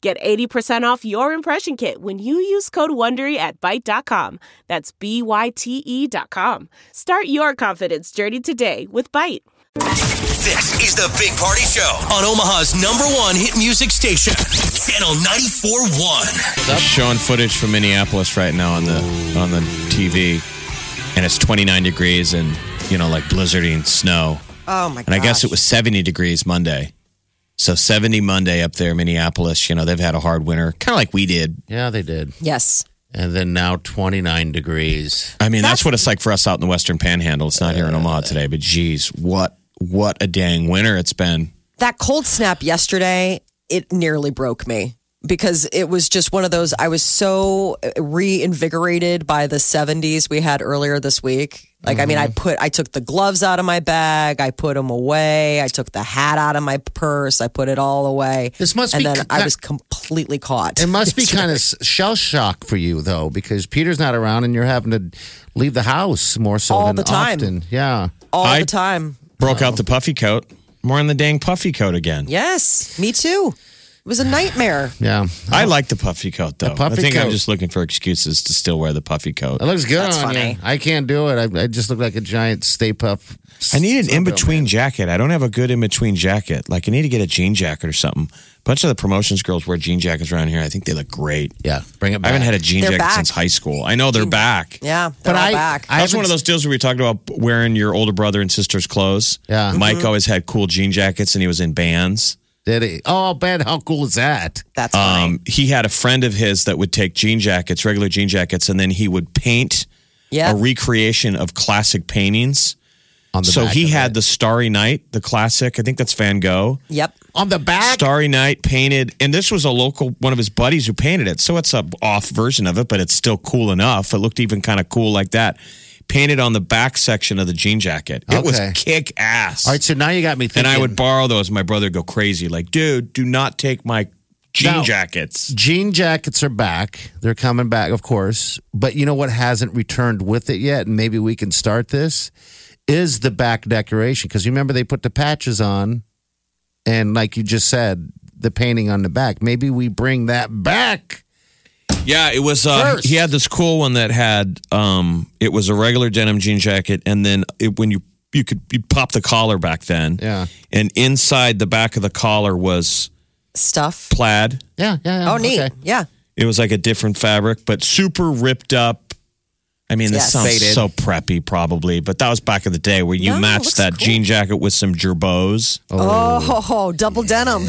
Get 80% off your impression kit when you use code WONDERY at Byte.com. That's B-Y-T-E E dot com. Start your confidence journey today with Byte. This is the Big Party Show on Omaha's number one hit music station, Channel 94.1. They're showing footage from Minneapolis right now on the on the TV, and it's 29 degrees and you know like blizzarding snow. Oh my And gosh. I guess it was 70 degrees Monday, so 70 Monday up there, in Minneapolis. You know they've had a hard winter, kind of like we did. Yeah, they did. Yes. And then now 29 degrees. I mean that's, what it's like for us out in the Western Panhandle. It's not here Uh, in Omaha today, but geez, what what a dang winter it's been. That cold snap yesterday, it nearly broke me because it was just one of those. I was so reinvigorated by the 70s we had earlier this week. Like, I mean, I Mm-hmm. put, I took the gloves out of my bag, I put them away, I took the hat out of my purse, I put it all away. This must and be then ki- I was completely caught. It must be kind of shell shock for you, though, because Peter's not around and you're having to leave the house more so All than the time. often. Yeah. all I- the time. Broke out the puffy coat. More in the dang puffy coat again. Yes, me too. It was a nightmare. Yeah. I like the puffy coat though. puffy I think I'm coat. just looking for excuses to still wear the puffy coat. It looks good That's on funny. you. I can't do it. I, I just look like a giant Stay Puff. I need an in between jacket. I don't have a good in between jacket. Like I need to get a jean jacket or something. bunch of the promotions girls wear jean jackets around here. I think they look great. Yeah, bring it I back. haven't had a jean They're jacket back. since high school. I know they're back. Yeah, they're But all I, back. I That was one of haven't- those deals where we talked about wearing your older brother and sister's clothes. Yeah. Mike Mm-hmm. always had cool jean jackets and he was in bands. Did he? Oh, Ben, how cool is that? That's funny. Um, he had a friend of his that would take jean jackets, regular jean jackets, and then he would paint yeah. a recreation of classic paintings. On So back he of had it. the Starry Night, the classic. I think that's Van Gogh. yep. on the back. Starry Night painted, and this was a local one of his buddies who painted it. So it's a off version of it, but it's still cool enough. It looked even kind of cool like that. Painted on the back section of the jean jacket. It was Okay. kick ass. All right, so now you got me and thinking. I would borrow those. My brother would go crazy, like, dude, do not take my jean No. jackets. Jean jackets are back. They're coming back, of course. But you know what hasn't returned with it yet? And maybe we can start this is the back decoration. Because you remember they put the patches on, and like you just said, the painting on the back. Maybe we bring that back. Yeah, it was. Uh, First. he had this cool one that had. Um, it was a regular denim jean jacket, and then it, when you you could you pop the collar back then. Yeah. and inside the back of the collar was Stuff. plaid. Yeah, yeah. yeah. Oh, neat. Okay. Yeah. It was like a different fabric, but super ripped up. I mean, this Yes. sounds Faded. so preppy, probably, but that was back in the day where you No, it matched looks that cool. jean jacket with some gerbos. Oh, double denim.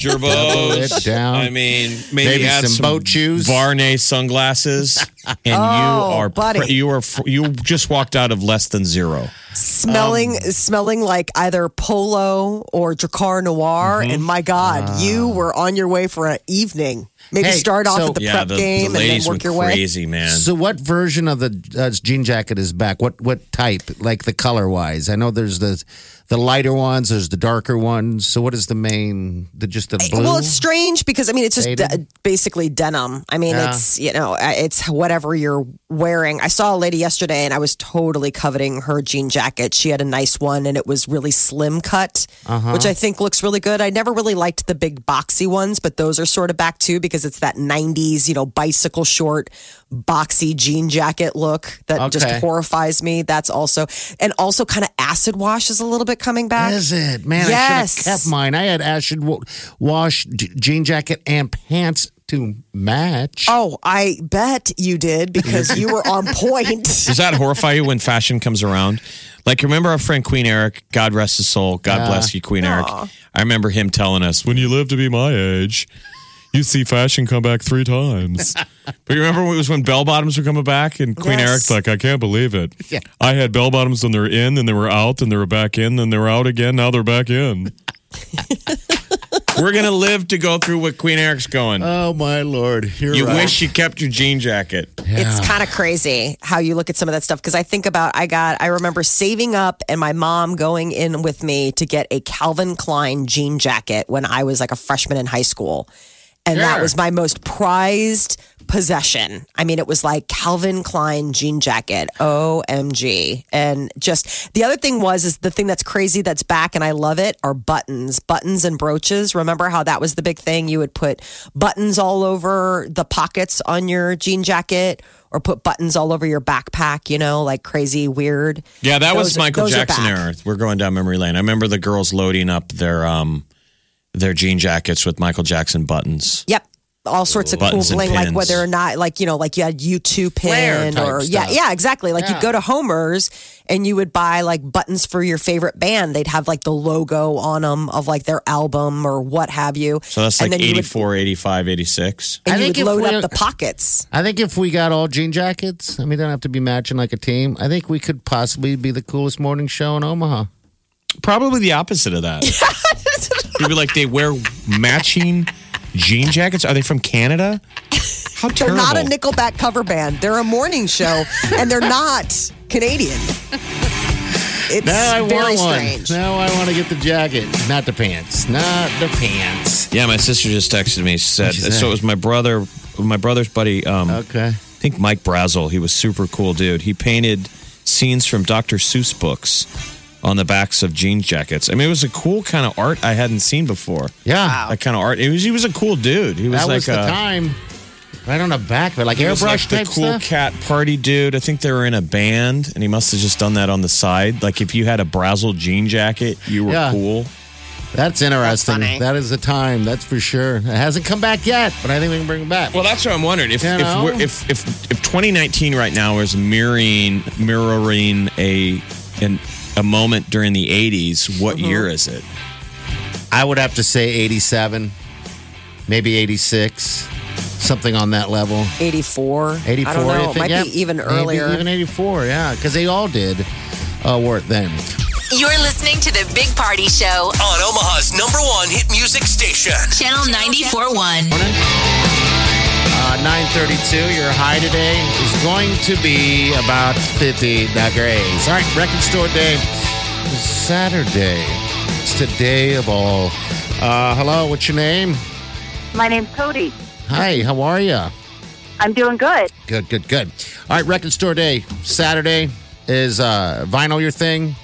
Gerbos. it down. I mean, maybe, Maybe add some boat shoes. Varney sunglasses, and you Oh, are buddy. pre- you are f- you just walked out of less than zero. Smelling Um, smelling like either polo or Dracar Noir. Mm-hmm. And my God, you were on your way for an evening. Maybe Ah. Hey, start off so- at the Yeah, prep the, game the and then ladies work your went way. crazy, man. So, what version of the uh, jean jacket is back? What what type? Like the color wise? I know there's the the lighter ones. There's the darker ones. So, what is the main? The just the blue. Well, it's strange because I mean, it's just Faded. de- basically denim. I mean, Yeah. it's you know, uh, it's whatever you're wearing. I saw a lady yesterday, and I was totally coveting her jean jacket. She had a nice one, and it was really slim cut, Uh-huh. which I think looks really good. I never really liked the big boxy ones, but those are sort of back too because it's that '90s, you know, bicycle short, boxy jean jacket look that just Okay. horrifies me. That's also, and also kind of acid wash is a little bit coming back. Is it? Man, I Yes. should have kept mine. I had acid wa- wash j- jean jacket and pants to match. Oh, I bet you did because you were on point. Does that horrify you when fashion comes around? Like, remember our friend Queen Eric? God rest his soul. God bless you, Queen Eric. I remember him telling us, when you live to be my age, you see fashion come back three times. but you remember when it was when bell bottoms were coming back? And Queen Yes. Eric's like, I can't believe it. Yeah. I had bell bottoms when they're in, then they were out, then they were back in, then they were out again, now they're back in. We're gonna live to go through what Queen Eric's going. Oh my lord! You're you right. wish you kept your jean jacket. It's kind of crazy how you look at some of that stuff because I think about I got I remember saving up and my mom going in with me to get a Calvin Klein jean jacket when I was like a freshman in high school. And that Sure. was my most prized possession. I mean, it was like Calvin Klein jean jacket. OMG. And just the other thing was is the thing that's crazy that's back and I love it are buttons. Buttons and brooches. Remember how that was the big thing? You would put buttons all over the pockets on your jean jacket or put buttons all over your backpack, you know, like crazy weird. Yeah, that Those was are- Michael those are Jackson back. era. We're going down memory lane. I remember the girls loading up their um their jean jackets with Michael Jackson buttons. Yep. All sorts of cool Buttons and bling, like pins. whether or not, like, you know, like you had U2 Flair pin type or, yeah, stuff. yeah, exactly. Like you'd Yeah. go to Homer's and you would buy like buttons for your favorite band. They'd have like the logo on them of like their album or what have you. So that's like and you would, 84, 85, 86. and I you think would if load we- up the pockets. I think if we got all jean jackets and we don't have to be matching like a team, I think we could possibly be the coolest morning show in Omaha. Probably the opposite of that. You'd be like, they wear matching jean jackets. Are they from Canada? How They're terrible! not a Nickelback cover band. They're a morning show and they're not Canadian. It's Now I very want one. strange. Now I want to get the jacket, not the pants, not the pants. yeah, my sister just texted me. She said What'd she say? so. It was my brother, my brother's buddy. Um, Okay. I think Mike Brazel, he was super cool dude. He painted scenes from Dr. Seuss books on the backs of jean jackets. I mean, it was a cool kind of art I hadn't seen before. Yeah. That kind of art. It was, he was a cool dude. He was That like was a, the time. Right on the back, but like he was like airbrush the type cool stuff. cat party dude. I think they were in a band, and he must have just done that on the side. Like if you had a Brazel jean jacket, you were Yeah. cool. That's interesting. funny. that is the time. That's for sure. It hasn't come back yet, but I think we can bring it back. Well, that's what I'm wondering. If You if, know? we're, if if if 2019 right now is mirroring mirroring a an, a moment during the 80s, what Mm-hmm. year is it? I would have to say 87, maybe 86, something on that level. 84. 84, I don't know. you It might think? Yeah, be even maybe earlier. even 84, yeah, because they all did uh, work then. You're listening to the Big Party Show, On Omaha's number one hit music station. Channel 94.1. Uh, 932, your high today is going to be about 50 degrees. All right, record store day is Saturday. It's today of all. Uh, hello, what's your name? My name's Cody. Hi, how are you? I'm doing good. Good, good, good. All right, record store day Saturday is uh, vinyl your thing.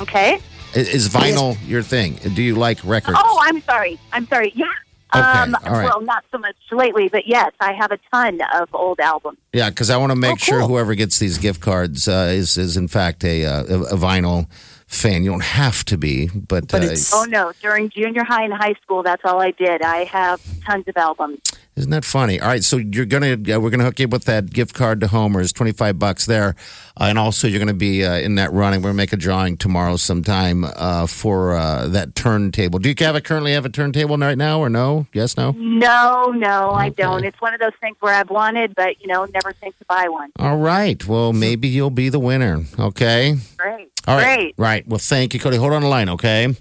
Okay. I- Is vinyl your thing? Do you like records? Oh, I'm sorry. I'm sorry. Yeah. Okay, Um, all right. Well, not so much lately, but yes, I have a ton of old albums. yeah, because I want to make Oh, sure cool. whoever gets these gift cards uh, is is in fact a, uh, a a vinyl fan. You don't have to be, but, But uh, it's- Oh no! During junior high and high school, that's all I did. I have tons of albums. isn't that funny? All right, so you're gonna uh, we're gonna hook you up with that gift card to Homer's, twenty five bucks there, uh, and also you're gonna be uh, in that running. We're gonna make a drawing tomorrow sometime uh, for uh, that turntable. Do you have a, currently have a turntable right now or no? Yes, no. No, no, I don't. Okay. It's one of those things where I've wanted, but you know, never think to buy one. All right. Well, maybe you'll be the winner. Okay. Great. All right. Great. Right. Well, thank you, Cody. Hold on the line, okay?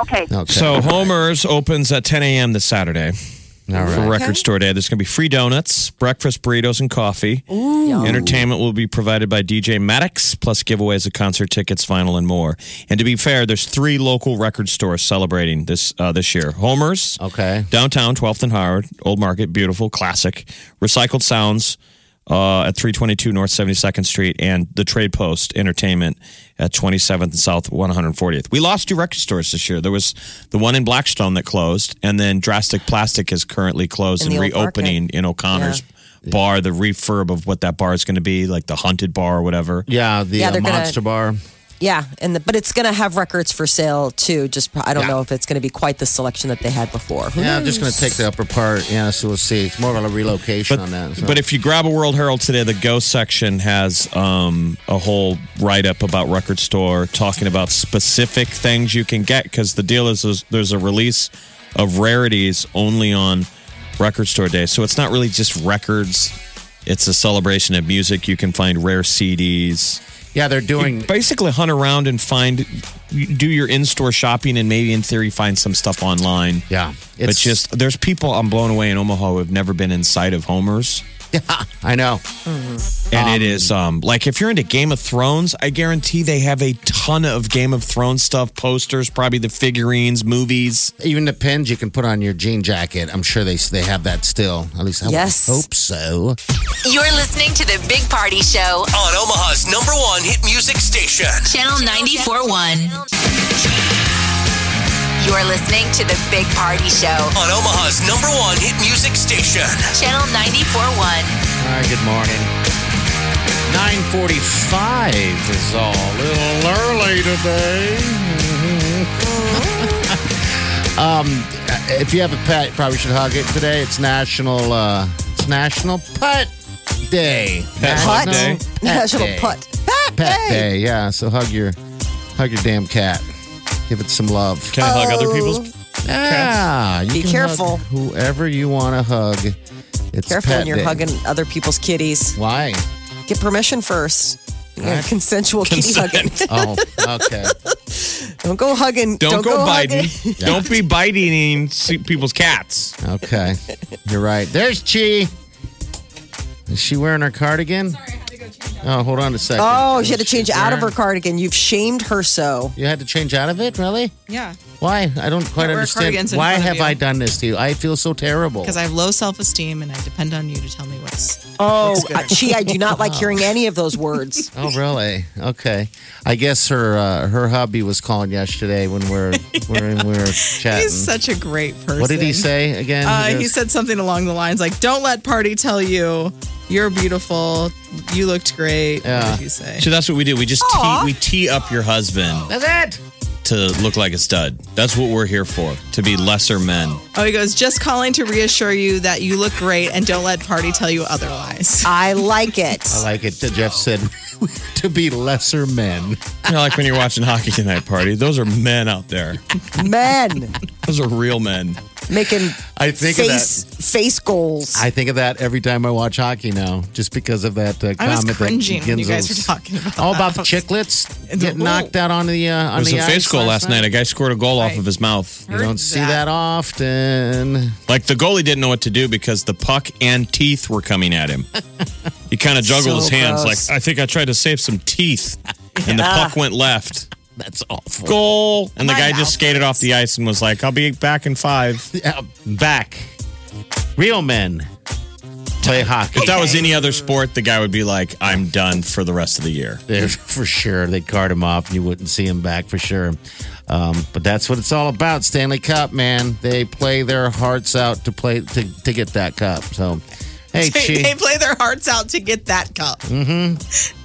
Okay. Okay. So Homer's opens at 10 a.m. this Saturday All for right. Record Store Day. There's going to be free donuts, breakfast burritos, and coffee. Entertainment will be provided by DJ Maddox, plus giveaways of concert tickets, vinyl, and more. And to be fair, there's three local record stores celebrating this uh, this year: Homer's, Okay. downtown 12th and Howard, Old Market, beautiful, classic, Recycled Sounds. Uh, at 322 North 72nd Street and the Trade Post Entertainment at 27th and South 140th. We lost two record stores this year. There was the one in Blackstone that closed, and then Drastic Plastic is currently closed In and the old market. reopening in O'Connor's bar, the refurb of what that bar is going to be, like the Haunted Bar or whatever. Yeah, the Yeah, uh, they're gonna- Monster Bar. Yeah, and the, but it's going to have records for sale too. Just pro- I don't know if it's going to be quite the selection that they had before. Who Yeah, I'm knows? just going to take the upper part. Yeah, so we'll see. It's more of a relocation on that. so. But if you grab a World Herald today, the Ghost section has um, a whole write up about Record Store talking about specific things you can get because the deal is, is there's a release of rarities only on Record Store Day. So it's not really just records, it's a celebration of music. You can find rare CDs. yeah, they're doing. Basically, hunt around and find do your in-store shopping and maybe in theory find some stuff online. Yeah. It's just there's people I'm blown away in Omaha who have never been inside of Homer's. I know. And it is um like if you're into Game of Thrones, I guarantee they have a ton of Game of Thrones stuff, posters, probably the figurines, movies. Even the pins you can put on your jean jacket. I'm sure they they have that still. At least I would Yes. hope so. You're listening to the Big Party Show, On Omaha's number one hit music station. Channel 94.1. You're listening to the Big Party Show, On Omaha's number one hit music station. Channel All 94.1. right. Good morning. Nine forty-five is all a little early today. um, if you have a pet, you probably should hug it today. It's national. Uh, it's National Pet Day. Pet National Putt. Day. National Day. putt. Pat, Pet day. Day. Yeah. So hug your hug your damn cat. Give it some love. Can I hug other people's? Yeah, you Be can careful. hug whoever you want to hug, it's Careful pet when you're day. hugging other people's kitties. Why? Get permission first. Yeah, Right. Consensual kitty hugging. Oh, okay. Don't go hugging. Don't, go, hugging. biting. Don't be biting people's cats. Okay, you're right. There's Chi. Is she wearing her cardigan? Sorry, I had to go change. Oh, hold on a second. Oh, she had to change out of her wearing- cardigan. You've shamed her so. You had to change out of it, really? Yeah, Why? I don't quite wear understand. cardigans in Why front of have you. I done this to you? I feel so terrible. because I have low self esteem and I depend on you to tell me what's. Oh, she. I do not like hearing any of those words. Oh, really? Okay. I guess her uh, her hubby was calling yesterday when we're when we were chatting. He's such a great person. what did he say again? Uh, he goes- said something along the lines like, "Don't let party tell you you're beautiful. You looked great." Yeah. What did you say? So that's what we do. We just tee, we tee up your husband That's it. to look like a stud. That's what we're here for. To be lesser men. Oh, he goes, "Just calling to reassure you that you look great, and don't let party tell you otherwise." I like it. I like it. that Jeff said to be lesser men. You know, like when you're watching hockey tonight party. Those are men out there. Men Those are real men. making I think of face that. face goals. I think of that every time I watch hockey now, just because of that uh, I was comment cringing that when you guys were Ginzel's- talking about. All about the that. chicklets And the- getting knocked out on the uh, on There was the a ice face goal last night. A guy scored a goal off Right. of his mouth. You don't see that often. Like the goalie didn't know what to do because the puck and teeth were coming at him. He kind of juggled So his hands gross. like, I think I tried to save some teeth. And the puck went left. That's awful. Goal. And the My guy mouth just skated off the ice and was like, I'll be back in five. Yeah, back, real men play hockey. If that was any other sport, the guy would be like, I'm done for the rest of the year. They're- for sure. They'd card him off and you wouldn't see him back for sure. Um, but that's what it's all about. Stanley Cup, man. They play their hearts out to play to, to get that cup. So hey They, they Chi. play their hearts out to get that cup. Mm-hmm.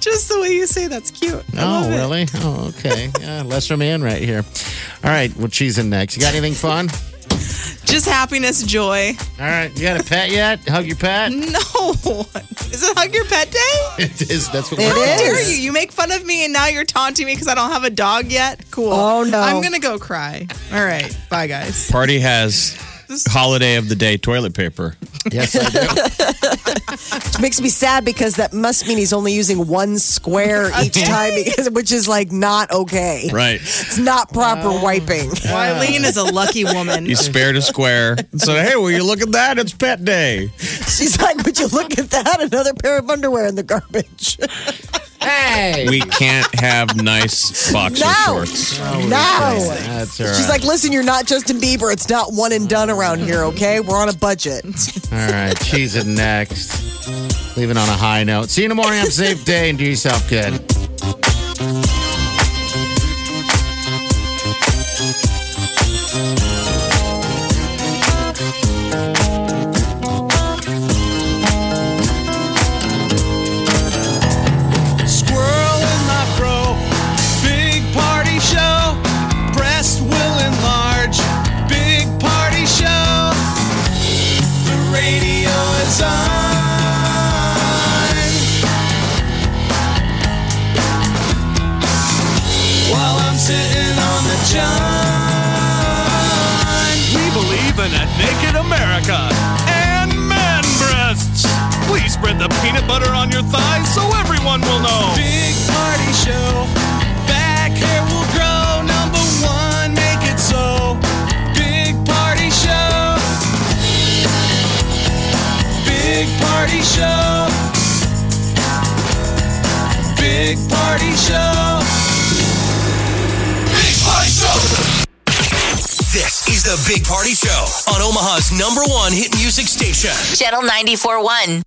Just the way you say that's cute. I Oh, love it. really? Oh, okay. Yeah, lesser man right here. All right, well she's in next. You got anything fun? Just happiness, joy. All right. You got a pet yet? Hug your pet? Mm. No. Is it hug your pet day? It is that's what It we're calling How dare is. you? You make fun of me and now you're taunting me because I don't have a dog yet? Cool. Oh, no. I'm going to go cry. All right. Bye, guys. Party has holiday of the day toilet paper. it. Yes, I do. Which makes me sad because that must mean he's only using one square each time, because, which is like not okay. Right. It's not proper wiping. Wileen is a lucky woman. He spared a square. So, hey, will you look at that? It's pet day. She's like, would you look at that? Another pair of underwear in the garbage. Hey. We can't have nice boxer No. shorts. No. That's all right. Oh. She's like, listen, you're not Justin Bieber. It's not one and done around here, okay? We're on a budget. All right, she's in next. Leaving on a high note. See you in the morning. Have a safe day and do yourself good. Squirrel in my fro. Big party show. Breast will enlarge. Big party show. The radio is on. While I'm sitting on the john. We believe in a naked America and man breasts. Please spread the peanut butter on your thighs so everyone will know. Big party show. Back hair will grow. Number Party Show. Big Party Show. Big Party Show. This is the Big Party Show on Omaha's number one hit music station. Channel 94.1.